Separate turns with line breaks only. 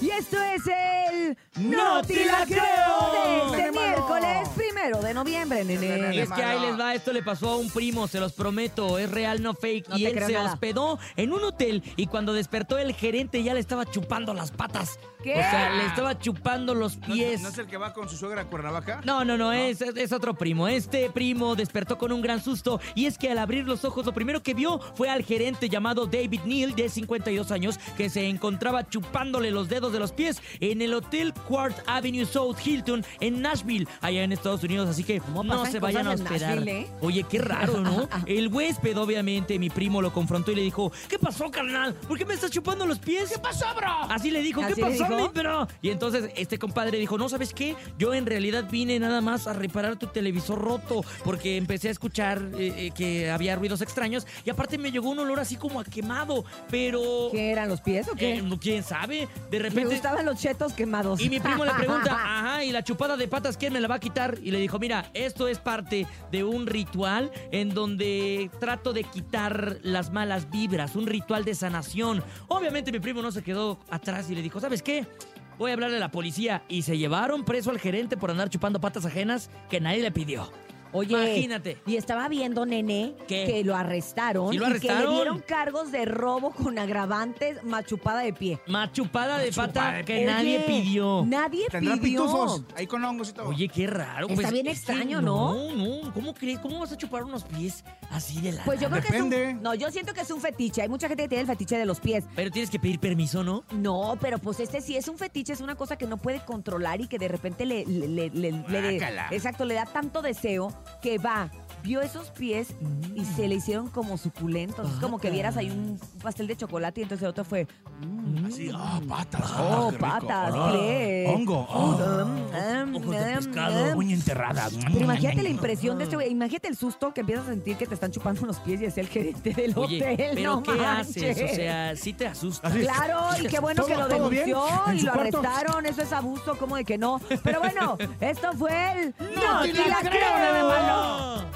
Y esto es el
¡No te la creo!
de este miércoles primero de noviembre, nene.
Es que ahí les va, esto le pasó a un primo, se los prometo, es real, no fake.
No
y
te
él
creo
se
nada.
hospedó en un hotel y cuando despertó el gerente ya le estaba chupando las patas.
¿Qué?
O sea, le estaba chupando los
¿No,
pies.
¿No es el que va con su suegra a Cuernavaca?
No, no, no, es, es otro primo. Este primo despertó con un gran susto y es que al abrir los ojos lo primero que vio fue al gerente llamado David Neal de 52 años que se encontraba chupándole los dedos de los pies en el Hotel Quart Avenue South Hilton en Nashville, allá en Estados Unidos, así que
¿Cómo
no
pasan
se vayan a
cosas en
hospedar.
Nashville, eh?
Oye, qué raro, ¿no? El huésped, obviamente, mi primo lo confrontó y le dijo, ¿qué pasó, carnal? ¿Por qué me estás chupando los pies? ¿Qué pasó, bro? Así le dijo, ¿qué
¿Así le
pasó,
dijo?
mi pero y entonces este compadre dijo, no, ¿sabes qué? Yo en realidad vine nada más a reparar tu televisor roto porque empecé a escuchar eh, eh, que había ruidos extraños y aparte me llegó un olor así como a quemado, pero...
¿Qué eran los pies o
eh,
qué?
no, ¿Quién sabe?
Me
De repente...
gustaban los chetos quemados.
Y mi primo le pregunta, ajá, ¿y la chupada de patas quién me la va a quitar? Y le dijo, mira, esto es parte de un ritual en donde trato de quitar las malas vibras, un ritual de sanación. Obviamente mi primo no se quedó atrás y le dijo, ¿sabes qué? Voy a hablarle a la policía. Y se llevaron preso al gerente por andar chupando patas ajenas que nadie le pidió.
Oye,
Imagínate.
Y estaba viendo, nene,
¿Qué?
que lo arrestaron,
¿Sí lo
y que
arrestaron?
le dieron cargos de robo con agravantes machupada de pie.
Más chupada de
chupada
pata
de
que
Oye,
nadie pidió.
Nadie
Tendrá
pidió.
pitufos ahí con hongos y todo.
Oye, qué raro. pues,
Está bien
es que
extraño, ¿no?
No, no. ¿Cómo crees? ¿Cómo vas a chupar unos pies así de la
Pues yo
nada?
creo que es un,
Depende.
No, yo siento que es un fetiche. Hay mucha gente que tiene el fetiche de los pies.
Pero tienes que pedir permiso, ¿no?
No, pero pues este sí es un fetiche, es una cosa que no puede controlar y que de repente le, le- le- le- le- le-
Guácala.
exacto, le da tanto deseo que va, vio esos pies y se le hicieron como suculentos. Es como que vieras ahí un pastel de chocolate y entonces el otro fue, mm,
Así, ah, patas.
oh,
qué rico.
patas,
Ah,
pies.
Hongo. ah,
Mm, mm,
ojos de
mm,
pescado,
mm.
uña Mm. enterrada.
Pero imagínate la impresión de este güey, imagínate el susto que empiezas a sentir que te están chupando los pies y es el gerente del
Oye,
hotel.
pero
no
¿qué haces?
manches.
O sea, sí te asusta.
Así.
Claro, y qué bueno que lo
¿Todo- todo bien?
denunció
¿En
y
su
lo
cuarto?
arrestaron. Eso es abuso, como de que no. Pero bueno, esto fue el.
te la creo, nene malo!